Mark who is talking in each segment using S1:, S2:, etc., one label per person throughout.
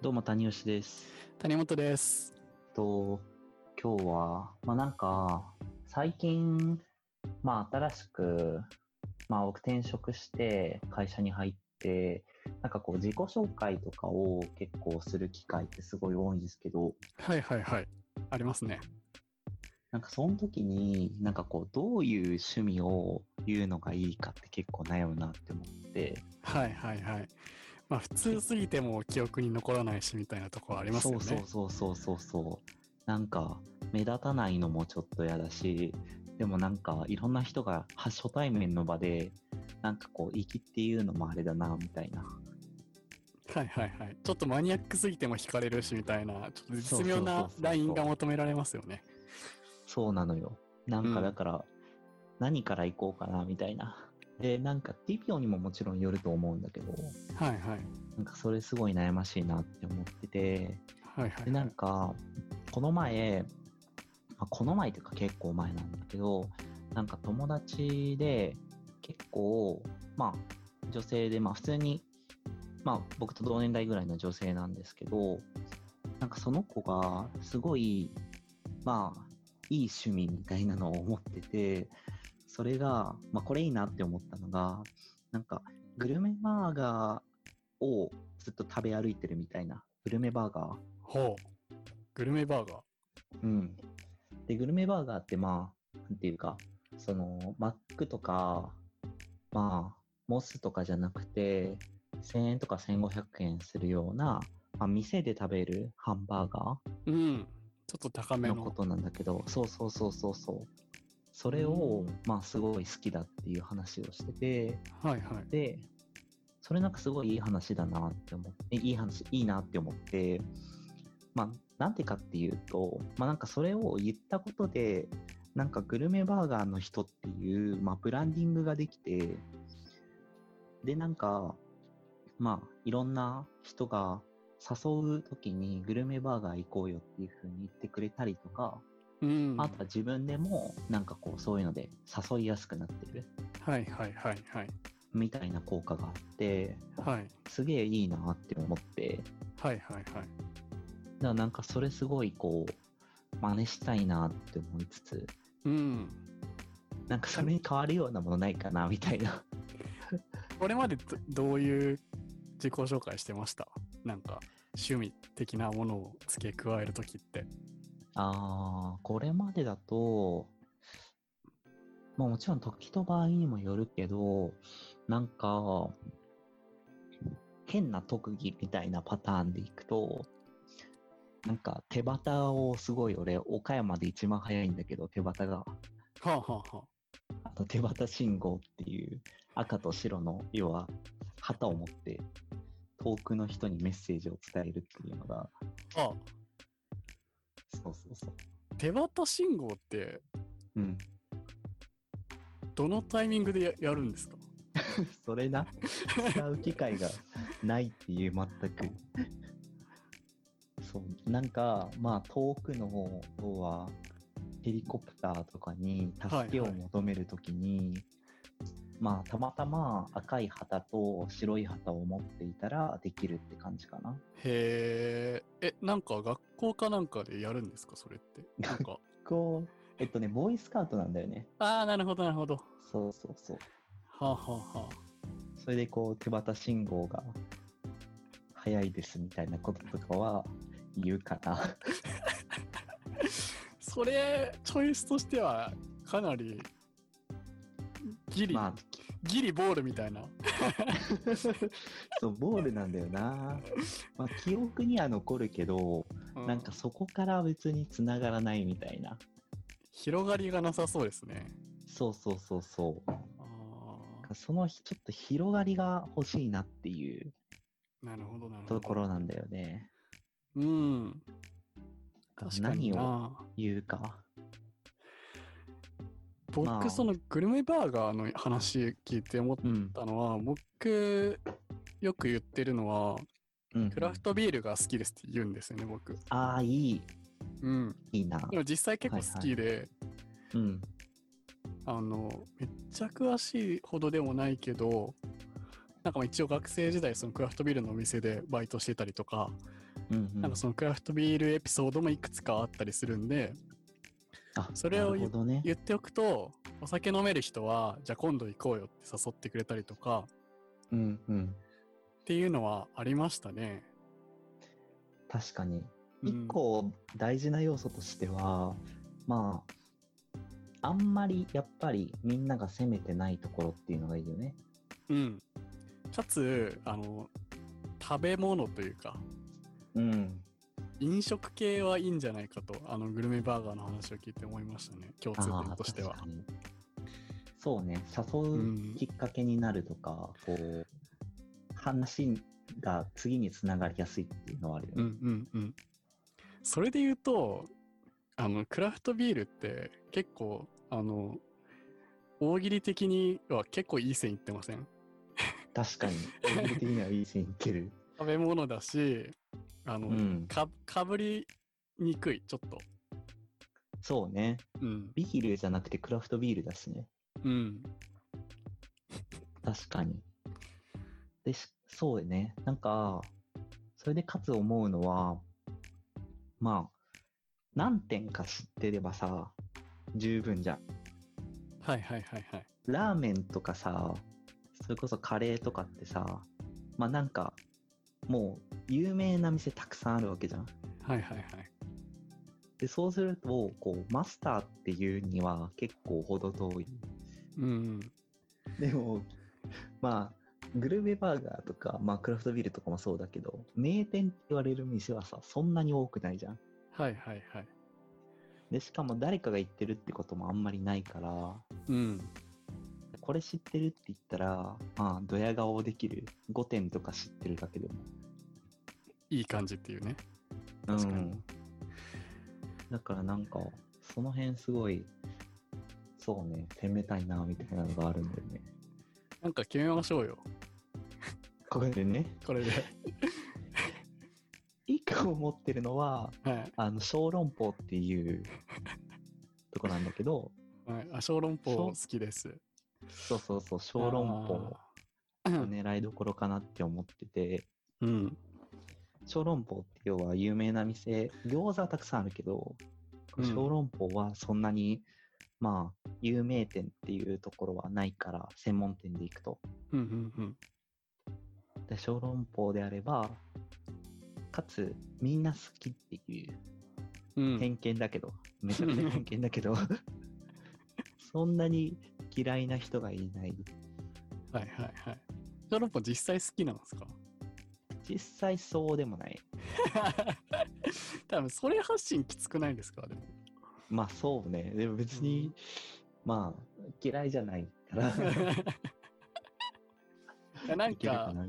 S1: どうも谷吉です。
S2: 谷本です。
S1: と今日はまあなんか最近まあ新しくまあ僕転職して会社に入ってなんかこう自己紹介とかを結構する機会ってすごい多いんですけど
S2: はいはいはい。ありますね。
S1: なんかその時になんかこうどういう趣味を言うのがいいかって結構悩むなって思って。
S2: はいはいはい。まあ普通すぎても記憶に残らないしみたいなところありますよね。
S1: そうそうそうそうそうそうなんか目立たないのもちょっと嫌だしでもなんかいろんな人がは初対面の場でなんかこうきっていうのもあれだなみたいな
S2: はいはいはい。ちょっとマニアックすぎても惹かれるしみたいな、ちょっと
S1: そうそう
S2: 絶
S1: そうそう
S2: 妙なラインが求められますよね。
S1: そうなのよなんか
S2: うん
S1: だから何から行こうかなみたいな、でなんかティピオにももちろんよると思うんだけど
S2: はいはい。
S1: なんかそれすごい悩ましいなって思ってて
S2: はいはい、
S1: でなんかこの前、まあ、この前というか結構前なんだけどなんか友達で結構まあ女性でまあ普通にまあ僕と同年代ぐらいの女性なんですけどなんかその子がすごいまあいい趣味みたいなのを持っててそれがまあこれいいなって思ったのがなんかグルメバーガーをずっと食べ歩いてるみたいなグルメバーガー
S2: ほう。グルメバーガー。
S1: うん。で、グルメバーガーってまあ、なんていうか、その、マックとか、まあ、モスとかじゃなくて、1000円とか1500円するような、まあ、店で食べるハンバーガ
S2: うん。ちょっと高め
S1: ー
S2: の。
S1: のことなんだけど、そうそうそうそうそう。それを、まあ、すごい好きだっていう話をしてて、
S2: はいはい。
S1: で、それなんかすごいいい話だなって思って、いい話、いいなって思って、まあ、なんでかっていうと、まあなんかそれを言ったことで、なんかグルメバーガーの人っていう、まあブランディングができて、で、なんか、まあいろんな人が誘う時にグルメバーガー行こうよっていう風に言ってくれたりとか、
S2: うん。
S1: あとは自分でもなんかこうそういうので誘いやすくなってる
S2: はいはいはいはい。
S1: みたいな効果があって、
S2: はい。
S1: すげえいいなって思って、だか
S2: はいはいはい。
S1: らなんかそれすごいこう、真似したいなって思いつつ、
S2: うん。
S1: なんかそれに変わるようなものないかなみたいな。
S2: これまでどどういう自己紹介してましたなんか趣味的なものを付け加える時って
S1: あー、これまでだと、まあもちろん時と場合にもよるけど、なんか、変な特技みたいなパターンでいくと、なんか手旗をすごい俺、岡山で一番早いんだけど、手旗が。
S2: はあはあは
S1: あと手旗信号っていう赤と白の要は旗を持って遠くの人にメッセージを伝えるっていうのが
S2: ああ
S1: そうそうそう
S2: 手旗信号って
S1: うん
S2: どのタイミングでややるんですか
S1: それな使う機会がないっていう全くそうなんかまあ遠くの要はヘリコプターとかに助けを求めるときに、まあたまたま赤い旗と白い旗を持っていたらできるって感じかな
S2: へええなんか学校かなんかでやるんですかそれってなん か
S1: こう、えっとね、ボーイスカウトなんだよね。
S2: ああなるほどなるほどは
S1: そうそうそう。
S2: あはあは
S1: それでこう、手旗信号が早いですみたいなこととかは言うかな。
S2: あそれチョイスとしてはかなりギリ、
S1: まあ、
S2: ギリボールみた いな
S1: そう、ボールなんだよな。まあ、記憶には残るけど、
S2: な
S1: なんかそこから別に繋がらないみたいな。
S2: 広がりがなさそうですね
S1: そうそうそうそう。なん
S2: ああ
S1: かそのひちょっと広がりが欲しいなっていう
S2: なるほどなるほど。
S1: ところなんだよね。
S2: うん。確かに
S1: 何を
S2: な。
S1: 言うか。まあ
S2: 僕、そのグルメバーガーの話聞いて思っ
S1: うん。
S2: たのは、僕、よく言ってるのは、
S1: うん
S2: クラフトビールが好きですって言うんですよね、僕。
S1: ああ、いい。
S2: うん。
S1: いいな。
S2: でも実際結構好きで、
S1: うん。
S2: あの、めっちゃ詳しいほどでもないけど、なんかまあ一応学生時代、そのクラフトビールのお店でバイトしてたりとか、
S1: うんうん
S2: なんかそのクラフトビールエピソードもいくつかあったりするんで、
S1: あ
S2: それを
S1: なるほどね。
S2: 言っておくと、お酒飲める人は、じゃあ今度行こうよって誘ってくれたりとか、
S1: うんうん。
S2: っていうのはありましたね。
S1: 確かに。
S2: うん
S1: 一個大事な要素としては、まあ、あんまりやっぱりみんなが責めてないところっていうのがいいよね。
S2: うん。かつ、あの、食べ物というか、
S1: うん。
S2: 飲食系はいいんじゃないかと、あの、グルメバーガーの話を聞いて思いましたね。共通
S1: あ
S2: 点
S1: あ、
S2: として
S1: 確
S2: は
S1: か。に。そうね、
S2: うん
S1: 誘うきっかけになるとか、こう、話が次につながりやすいっていうのはあるよ
S2: うん
S1: ね。
S2: うんうん。それで言うと、あの、クラフトビールって結構、あの、大喜利的には結構いい線いってません
S1: 確 かに。個人的にはいい線いける。
S2: 食べ物だし、あの、
S1: うん。
S2: かかぶりにくい、ちょっと。
S1: そうね。
S2: うん。
S1: ビールじゃなくてクラフトビールだしね。
S2: うん。
S1: 確かに。で、しそうね。なんか、それでかつ思うのは、まあ、何点か知ってればさ、十分じゃん。
S2: はいはいはいはい。
S1: ラーメンとかさ、それこそカレーとかってさ、まあなんか、もう有名な店たくさんあるわけじゃん。
S2: はいはいはい。
S1: で、そうすると、こう、マスターっていうには結構程遠い。
S2: うん。
S1: でも、まあ、グルメバーガーとか、まあ、クラフトビールとかもそうだけど、名店って言われる店はさ、そんなに多くないじゃん。
S2: はいはいはい。
S1: で、しかも誰かが行ってるってこともあんまりないから、
S2: うん。
S1: これ知ってるって言ったら、まあ、ドヤ顔できる5点とか知ってるだけでも。
S2: いい感じっていうね。確かに。
S1: うんだからなんか、その辺すごい、そうね、攻めたいな、みたいなのがあるんだよね。
S2: なんか決めましょうよ。
S1: これでね、
S2: こ れで。
S1: 1個持ってるのは、
S2: はい。
S1: あの、小籠包っていうとこなんだけど、
S2: はい。あ、小籠包好きです。
S1: そうそうそう、小籠包
S2: あ
S1: の
S2: ー。
S1: 狙いどころかなって思ってて、
S2: うん。
S1: 小籠包って要は有名な店、餃子はたくさんあるけど、
S2: うん
S1: 小籠包はそんなに、まあ、有名店っていうところはないから、専門店で行くと。
S2: うんうん
S1: で小籠包であれば、かつ、みんな好きっていう
S2: うん。うん。
S1: 偏見だけど、めちゃくちゃ偏見だ けど、そんなに嫌いな人がいない。
S2: はいはいはい。小籠包実際好きなんですか
S1: 実際そうでもない。
S2: 多分それ発信きつくないですかでも。
S1: まあそうね。でも別に、まあ嫌いじゃ ないから。
S2: いやなん
S1: いける
S2: か
S1: か、な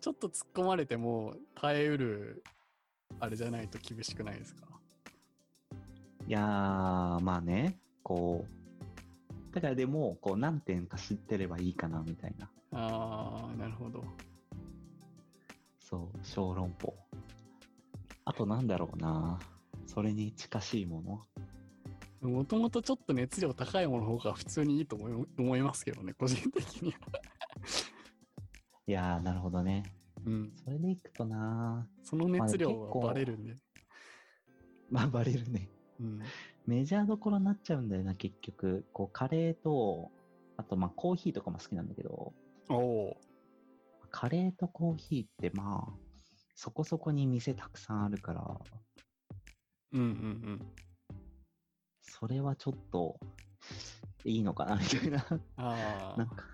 S2: ちょっと突っ込まれても耐えうる、あれじゃないと厳しくないですか
S1: いやー、まあね、こう。だからでも、こう何点か知ってればいいかなみたいな。
S2: あー、なるほど。
S1: そう、小籠包。あとなんだろうな。それに近しいもの。
S2: もともとちょっと熱量高いものの方が普通にいいと思い思いますけどね、個人的には。
S1: いやー、なるほどね。
S2: うん。
S1: それでいくとな
S2: その熱量
S1: まあ
S2: は
S1: 結構
S2: バレるんで。
S1: まあバレるね。
S2: うん。
S1: メジャーどころになっちゃうんだよな、結局。こう、カレーと、あと、まあ、コーヒーとかも好きなんだけど、
S2: おお
S1: カレーとコーヒーって、まあ、そこそこに店たくさんあるから、
S2: ー。うんうんうん。
S1: それはちょっと、いいのかな、みたいな。
S2: あ
S1: なん
S2: ー。
S1: か、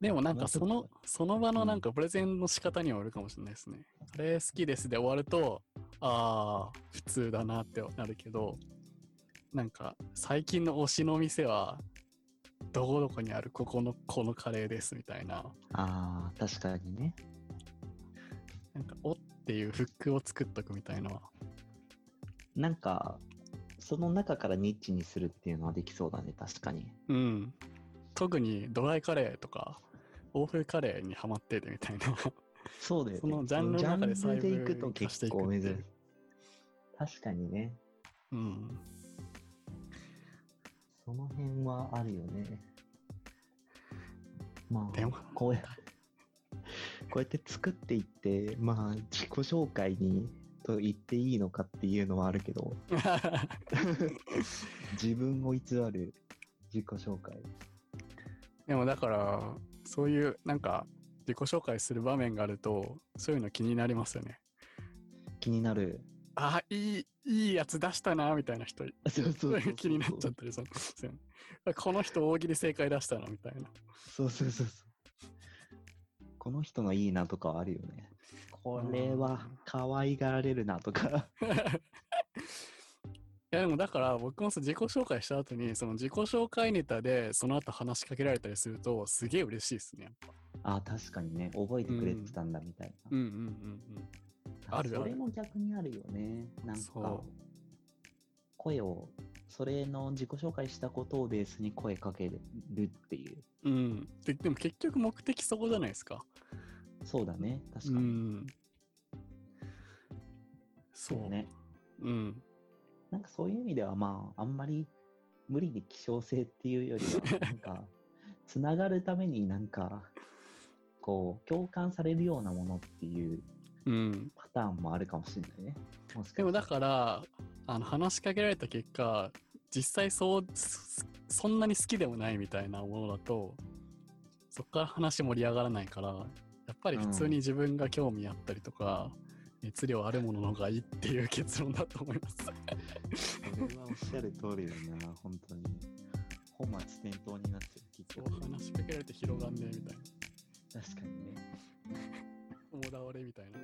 S2: でもなんかそ
S1: もう
S2: の
S1: ち、
S2: その場のなんかプレゼンの仕方にはよるかもしれないですね。カレー好きですで終わると、ああ、普通だなってなるけど、なんか最近の推しの店は、どこどこにあるここのこのカレーですみたいな、
S1: ああ、確かにね。
S2: なんかおっていうフックを作っとくみたいな。
S1: なんか、その中からニッチにするっていうのはできそうだね、確かに。
S2: うん。特にドライカレーとか、欧風カレーにハマっててみたいな。
S1: そうだよね。
S2: そのジャンルの中で
S1: ジャンルでいく
S2: 細
S1: と
S2: 分化し
S1: 結
S2: ていく
S1: 構
S2: ってい
S1: 珍
S2: う
S1: しい。確かにね。
S2: うん。
S1: その辺はあるよね。まあ、
S2: でも
S1: こうや、 こうやって作っていって、まあ、自己紹介にと言っていいのかっていうのはあるけど、自分を偽る自己紹介。
S2: でもだから、そういうなんか自己紹介する場面があると、そういうの気になりますよね。
S1: 気になる。
S2: あ、いい、いいやつ出したな、みたいな人、
S1: そうそうそう そう。
S2: 気になっちゃったりするんですよね。 この人大喜利正解出したな、みたいな。
S1: そうそうそうそう。この人のいいなとかはあるよね。これは可愛がられるなとか。
S2: いやでもだから僕もそう自己紹介した後にその自己紹介ネタでその後話しかけられたりするとすげえ嬉しいですね。
S1: ああ、確かにね、覚えてくれてたんだみたいな。
S2: うんうんうんあるある
S1: それも逆にあるよね。なんか
S2: そ、
S1: 声を、それの自己紹介したことをベースに声かけるっていう。
S2: うん。うん。ででも結局目的そこじゃないですか。
S1: そうだね、確
S2: う
S1: かに。
S2: ん。そう。
S1: ね。
S2: うん。
S1: なんかそういう意味では、まあ、あんまり無理に希少性っていうより は、なんか、つながるためになんか、こう、共感されるようなものっていう
S2: うん。
S1: パターンもあるかもしれないね。もしかした
S2: で
S1: ら
S2: もだからあの話しかけられた結果実際そうそそんなに好きでもないみたいなものだとそっから話盛り上がらないからやっぱり普通に自分が興味あったりとか、熱量あるものの方がいいっていう結論だと思い ます。
S1: それはおっしゃる通りだな、本当に。本末転倒になってる、結
S2: そ
S1: 局
S2: う。話しかけられて広がんねえみたいな
S1: 確かにね。
S2: もうだわれみたいな。